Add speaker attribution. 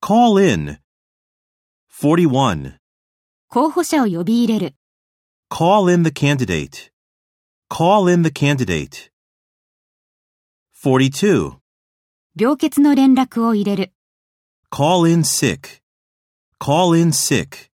Speaker 1: Call in. 41.
Speaker 2: 候補者を呼び入れる。
Speaker 1: Call in the candidate. Call in the candidate. 42.
Speaker 2: 病欠の連絡を入れる。
Speaker 1: Call in sick. Call in sick.